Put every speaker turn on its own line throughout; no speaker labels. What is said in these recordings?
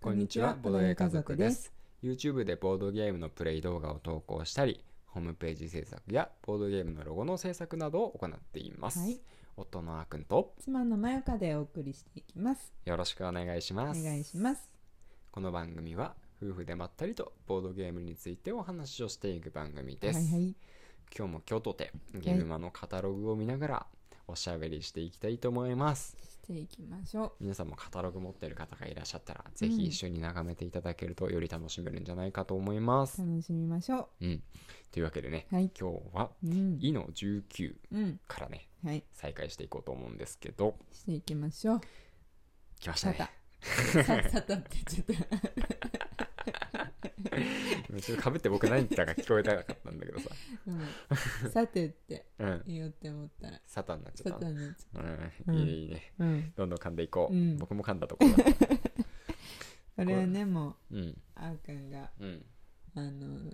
こんにちは、ボドゲ家族です。。
YouTube でボードゲームのプレイ動画を投稿したり、ホームページ制作やボードゲームのロゴの制作などを行っています。
はい
夫のあーくんと
妻のまよかでお送りしていきます。
よろしくお願いし
お
ます。
願いします。
この番組は夫婦でまったりとボードゲームについてお話をしていく番組です。
はいはい。
今日も京都でゲームマのカタログを見ながらおしゃべりしていきたいと思います。
していきましょ
皆さんもカタログ持ってる方がいらっしゃったら、ぜひ一緒に眺めていただけるとより楽しめるんじゃないかと思います
う。。楽しみましょ
うん。というわけでね、
う。はい。
今日は
うん。
イの19
うん。
からね、
はい。
再開していこうと思うんですけど、
していきましょう。
来ました
さた
ね。。
さたたって言っちゃった。
ちょっと被って僕何言ったか聞こえなかったんだけどさ。
うん、さてって
うん。
言おうって思ったら、
サタンになっちゃ
さ
った
た
な。
になっちゃ
う。
うんん
いいねいいね。
う。うん。
どんどん噛んでいこう。
うん
僕も噛んだところだった。
これはね、もう、
うん。
あーくんが、
うん。
あの、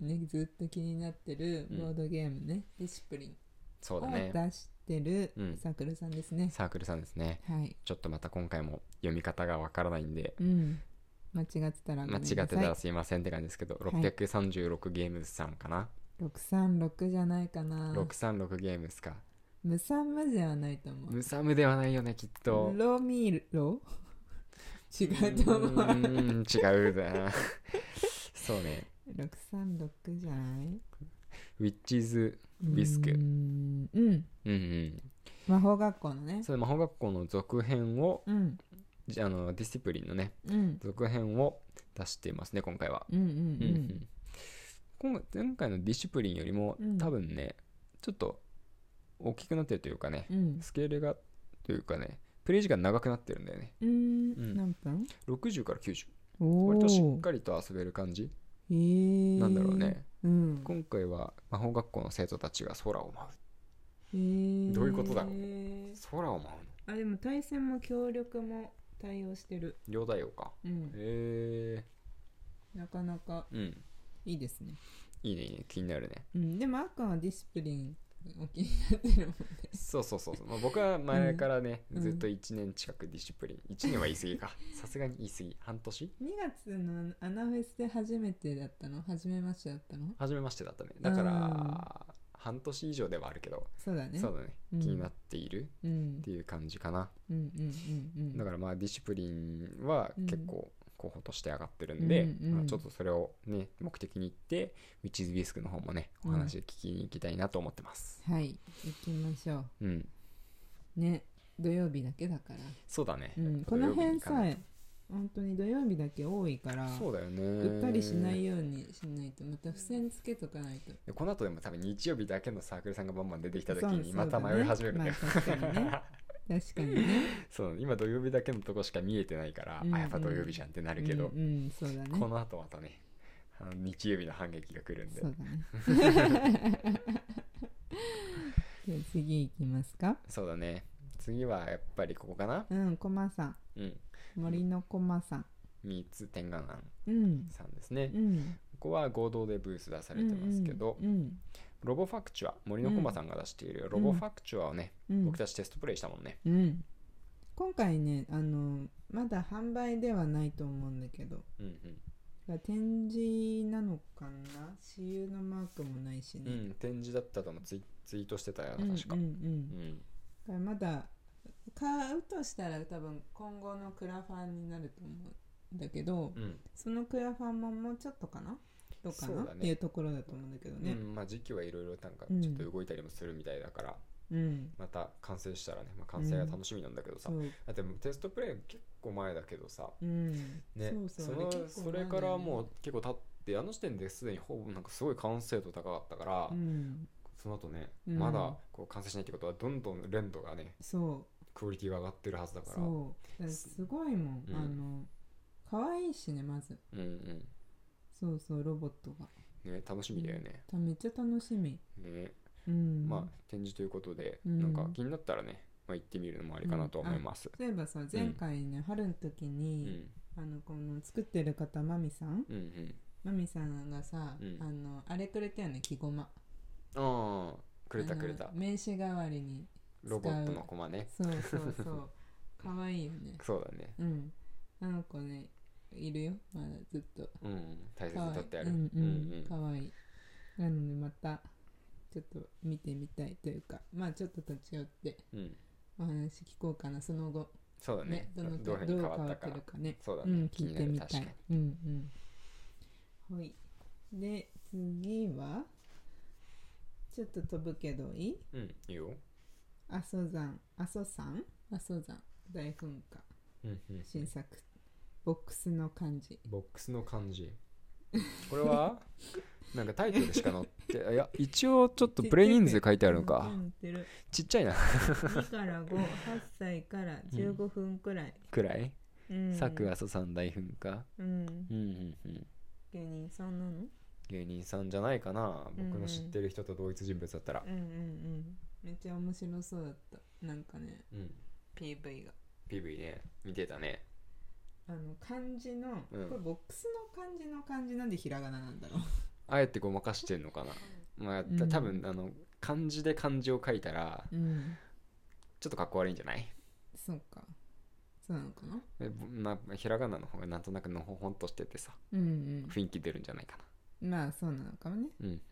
ね、ずっと気になってるボードゲームね、ディシプリン
そう
を
だね。
出してる
うん
サークルさんですね。
サークルさんですね。
はい。
ちょっとまた今回も読み方がわからないんで、
うん。間違ってたらご
間
めん
違
な
っ
さい。
てたらすいませんって感じですけど、
い
636ゲームズさんかな、
636じゃないかな。
636ゲームズか
無三無ではないと思う。
ムサムではないよねきっと
ロミ ロ違
う
うと思う。
ーん違 うなそうね
636じゃない
ウィッチーズビスク
うーん。うん。
うんうん
魔法学校のね。
それ魔法学校の続編を
うん。
じゃあのディスプリンのね
うん。
続編を出していますね今回は、
うんうん
うんうん今前回のディシプリンよりも、
うん
多分ねちょっと大きくなってるというかね
うん。うん。
スケールがというかねプレイ時間長くなってるんだよね
うー
うん
ん。何分
60から90
お
割としっ
ー
かりと遊べる感じ
へー
なんだろうね、
うん。
今回は魔法学校の生徒たちが空を舞
へー
どういうことだろうう空を舞うの
あ、でも対戦も協力も対応してる。
両大王か
うん。
へえ
なかなか
うん
いいですね。
いいねいいね気になるね
うん、でもあっくんはディスプリンお気になってる もん
そうそうそうそう、まあ、僕は前からね、
うん
ずっと1年近くディシプリン1年は言い過ぎ かさすがに言い過ぎ半年
2月のアナフェスで初めてだったの初めましてだったの
初めましてだったねだから、
う
半年以上ではあるけど、
そうだね
そうだね、
うん
気になっている
うん
っていう感じかな、
うんうんうんうん
だからまあディシプリンは
うん
結構候補として上がってるんで、
うんうん
まあ、ちょっとそれをね目的に行ってウィッチズビスクの方もねお話聞きに行きたいなと思ってます
はい行きましょ
うん、
うね土曜日だけだから、
そうだね、
うん、こ
土曜
の
日
辺
に行かな
さ
い
え本当に土曜日だけ多いから
そうだよね
うっかりしないようにしないとまた付箋つけとかないと
でこの後でも多分日曜日だけのサークルさんがバンバン出てきた時
そう
にまた
そうだね
迷い始めるんだよ、
まあ確かにね確かにね
そう今土曜日だけのとこしか見えてないから、
うんうん
あやっぱ土曜日じゃんってなるけど、
うん、うん、そうだね
この後またねあの日曜日の反撃が来るんで
そうだね。 じゃあ次行きますか。
そうだね次はやっぱりここかな
うん、コマさん。
うん
森のコマさん。
三つ天眼庵
うん。
さんですね、
う
こ
ん。
こは合同でブース出されてますけど、
うん。
ロボファクチュア森の駒さんが出しているロボファクチュアをね、
うん。
僕たちテストプレイしたもんね
うん。今回ね、あの、まだ販売ではないと思うんだけど、
うん
展示なのかな私有のマークもないし
うん、う
ね。
ん、展示だったともツイツイートしてたよ
う、
なん確か、
う、
う
う
ん
んん。だからまだ、買うとしたら多分今後のクラファンになると思うんだけど、
うん
そのクラファンももうちょっとかなどうか
そう
な
だね
っていうところだと思うんだけどね
うんまあ時期はいろいろなんか
うん
ちょっと動いたりもするみたいだから、
うん、
また完成したらね、まあ、完成が楽しみなんだけどさ、
そう
だってもうテストプレイ結構前だけどさ、
うん
ね、
そう
そ
そうあれ
の
結構
それからもう結構経ってあの時点ですでにほぼなんかすごい完成度高かったから、
うん
その後ね、
うん
まだこう完成しないってことはどんどん連度がね
そ
クオリティが上がってるはずだ
う
からう、
そうだからすごいもん、
うん
あの可愛いしねまず
んう
そうそうロボットが
んね、楽しみだよね,、
ためっちゃ楽しみ
ね
うん
まあ展示ということで、
うん
なんか気になったらね、まあ、行ってみるのもありかなと思います、
例えばさ前回ね、春の時
うん
に、あのこの作ってる方マミさん
うんうん
マミさんがさ、
うん
あのあれくれたよね着ごま
ああくれた
あの
くれた
名刺代わりに
ロボットのコマね
そうそうそう可愛いよね
そうだね
うんあの子ねいるよまだずっと
うん大切
可
に
愛い
取ってある
うんう
うんん
可愛いなのでまたちょっと見てみたいというかまあちょっと立ち寄って
うんうん
お話聞こうかなその後
そうだね
ねどの
どういうふ
ど
う
う
に変
変
わ
わ
った
って
か
るかね
そうだ
う
ね、
ん、
気
聞
に
い
な
て
る
み
確
た
か
い
に。
うんうん。はい。で、次は、ちょっと飛ぶけどいい
うんいいよ
阿蘇山、阿蘇山阿蘇山、大噴火、
うんうん
新作、ボックスの漢字。
ボックスの 感じこれはなんかタイトルしか載っ ていや一応ちょっとプレイ人数書いてあるのか
うん出る
ちっちゃいな
2から5、8歳から15分くらい。
くらい
うん。
佐久阿蘇山大噴火
うん
う。んうんうん
芸人さんなの
芸人さんじゃないかな
うん
僕の知ってる人と同一人物だったら
うんうんうん。めっちゃ面白そうだった。なんかね、
うん
PV が。
PV ね見てたね
あの漢字の、
うん
これボックスの漢字の漢字なんでひらがななんだろう
あえてごまかしてんのかなまあた多分あの漢字で漢字を書いたら
うん
ちょっとかっこ悪いんじゃない
そうかそうなのかな
えぼまあひらがなの方がなんとなくのほほんとしててさ
うん
雰囲気出るんじゃないか
うんまあそうなのかもね
なうん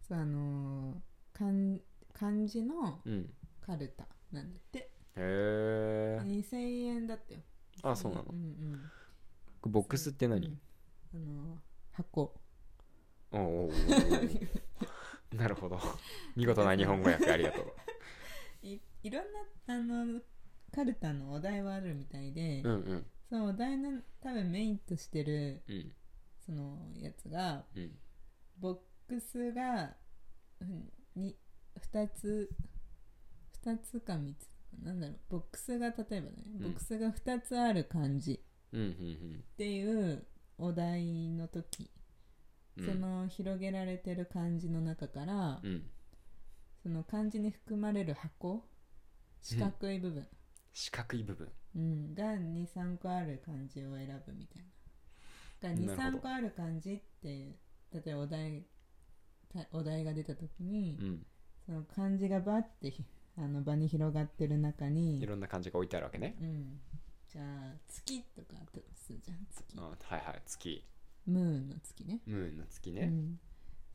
そうあのー漢漢字の
うんうん
カルタなんだって
へえ
2000円だったよ
あそうなの
うんうん
ボックスって何
あのー箱
おうおうおうおう なるほど見事な日本語訳ありがと
いいろんなあのカルタのお題はあるみたいで、
ううんうん
そのお題の多分メインとしてる
うん
そのやつが
うん
ボックスがうんに2つ2つか3つなんだろうボックスが例えばね、
ん
ボックスが2つある感じ
うんうん
っていうお題の時、
うん
その広げられてる漢字の中から、
うん
その漢字に含まれる箱四角い部分、
四角い部分
うんが23個ある漢字を選ぶみたいな
なるほど
が23個ある漢字っていう例えばお題たお題が出た時に、
うん
その漢字がバッてひあの場に広がってる中に
いろんな漢字が置いてあるわけね
うん、じゃあ月とかあったりするじゃん月
あはいはい月
ムーンの月ね
ムーンの月
う
ね
ん、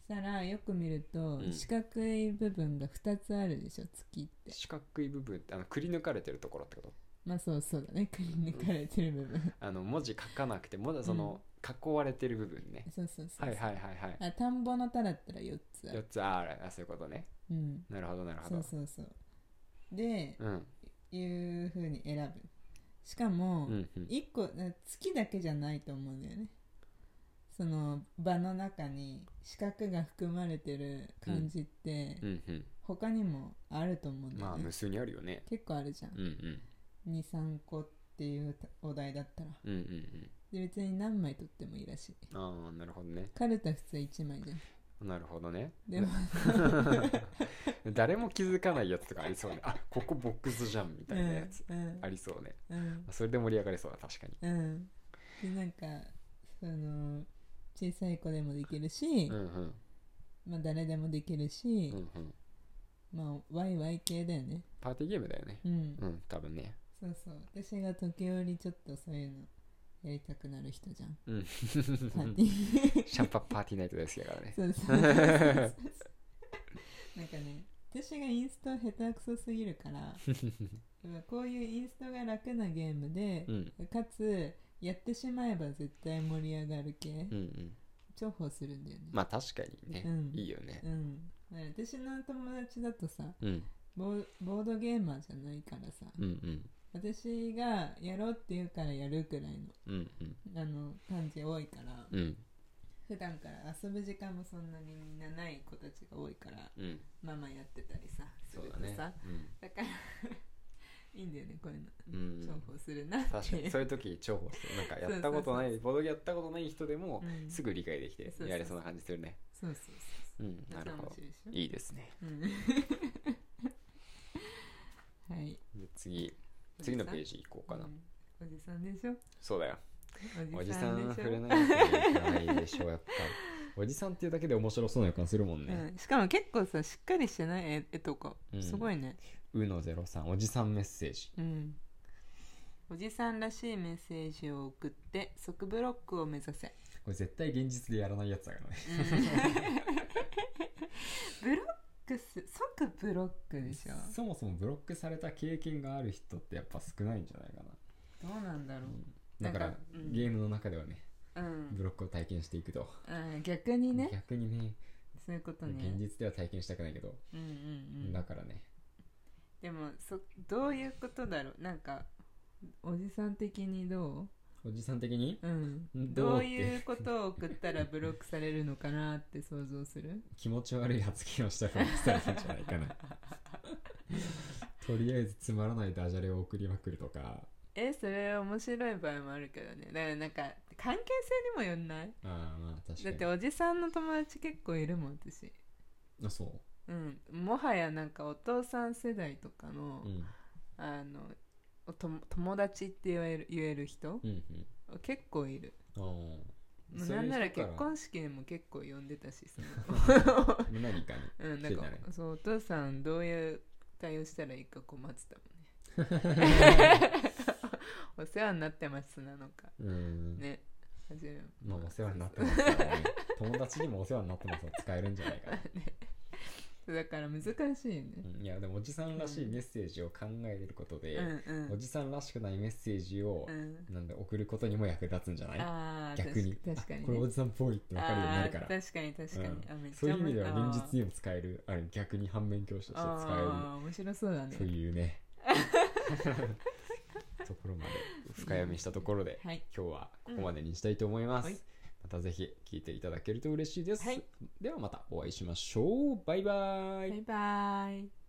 そしたらよく見ると、
うん
四角い部分が2つあるでしょ月って
四角い部分ってあのくり抜かれてるところってこと
まあそうそうだねくり抜かれてる部分
あの文字書かなくてまだその囲われてる部分ね
そうそうそう、
はいはいはいはい
あ田んぼの田だったら4つあ
4
る、
つあるあそういうことね
うん、
なるほどなるほ
そう
ど
そうそうで、
うん
いうふうに選ぶしかも、
うんうん
一個うん月だけじゃないと思うんだよねその場の中に四角が含まれてる漢字って
うんうん
他にもあると思うんだ
ま
よ
あ
ね、
無数にあるよね
結構あるじゃん
うんうん
23個っていうお題だったら
うんうん
で別に何枚取ってもいいらしい
うんああなるほどね
カルタ普通1枚じゃん
なるほどね
でも
誰も気づかないやつとかありそうねあここボックスじゃんみ
う
たいなや
ん
つ
うん
ありそうね
うん
それで盛り上がりそうだ確かに
うんでなんかその小さい子でもできるし、
うんうん
まあ誰でもできるし
う、んうん
まあワイワイ系だよね
パーティーゲームだよね
うん
うん多分ね
そうそう私が時折ちょっとそういうのやりたくなる人じゃん
うん シ
パー
ャ
ティ ー
ンパンパーティーナイト大好きだからね
そうそうそうそうなんかね私がインスト下手くそすぎるからこういうインストが楽なゲームで
う、ん
かつやってしまえば絶対盛り上がる系、
うんうん
重宝するんだよね、
まあ確かにね
うん
いいよね
うんだから私の友達だとさ
うん
ボーボードゲーマーじゃないからさ
うんうん
私がやろうって言うからやるくらいの
うんうん
あの感じ多いから、
うん
普段から遊ぶ時間もそんなにみんなない子たちが多いから
うん
ママやってたりさす
そう
る
だ
と
ね
さ
うん
だ,、から いいんだよねこういう
う
の重
ん
宝するなって
確かにそういう時重宝するなんかやったこと ないボードゲームやったことない人でも
うん
すぐ理解できて
そうそう
やれそうな感じするね
そうそう
う
そ
ん
う
なるほど
面白いでしょ
いいですね
うんはい
で次 次のペー
ジ
ジ行こうかな
おじさんでしょ
そうだよお
おじ
じさ
さん
ん
でし
は触れ
ょ
ないわけにいかない でしょうやっぱりおじさんっていうだけで面白そうな予感するもんね
うん、しかも結構さしっかりしてない絵絵とか
うん
すごいね
うのゼロさんおじさんメッセージ
うん、おじさんらしいメッセージを送って即ブロックを目 指せ
これ絶対現実でやらないやつだからね
ブロックす即ブロックでしょ
そもそもブロックされた経験がある人ってやっぱ少ないんじゃないか
どうなんだろ
なだから
なんかうん
ゲームの中ではね
ううん
ブロックを体験していくと、
うん逆にね
逆にね
そういうこと
現
ね
実では体験したくないけど、
うんうんう
だ
ん
からね
でもそどういうことだろうなんかおじさん的にど
おじさん的に
ううん
ど
ど
うっ
う
て
いうことを送ったらブロックされるのかなって想像する
気持ち悪い発言をしたらされたんじゃないかなとりあえずつまらないダジャレを送りまくるとか
えそれ面白い場合もあるけどねだからなんか関係性にもよんない
ああまあ確か
だっ
に
ておじさんの友達結構いるもん私
あそ
うんもはやなんかお父さん世代とかの、
ううん
あのおと友達って言える言える人、
うん
結構いる
うんああ
なんなら結
そういう
婚式にも結構呼んでたしその
人から何かに
うんなんか
来てたね
そうお父さんどういう対応したらいいか困ってた もんねお世話になってますなのか
うん、
ね初め
まあお世話になってますからね友達にもお世話になってますは使えるんじゃない かな、
そうだから難しいよね
うんいやでもおじさんらしいメッセージを考えることで、
うんうん
おじさんらしくないメッセージを
う、ん
なんで送ることにも役立つんじゃない
ああ
逆に
確かに
あこれおじさんっぽいって分かるようになるか
あ
ら
ー確かに確かに、
うん
あめっちゃ
そういう意味では現実
に
にも使えるあれ逆に反面教師として
あー
使
あー面白そうだ
え
ね
るというねところまで深読みしたところで
はい
今日はここまでにしたいと思います、
うんはい
またぜひ聞いていただけると嬉しいです、
はい
ではまたお会いしましょうバイバイ
バイバイ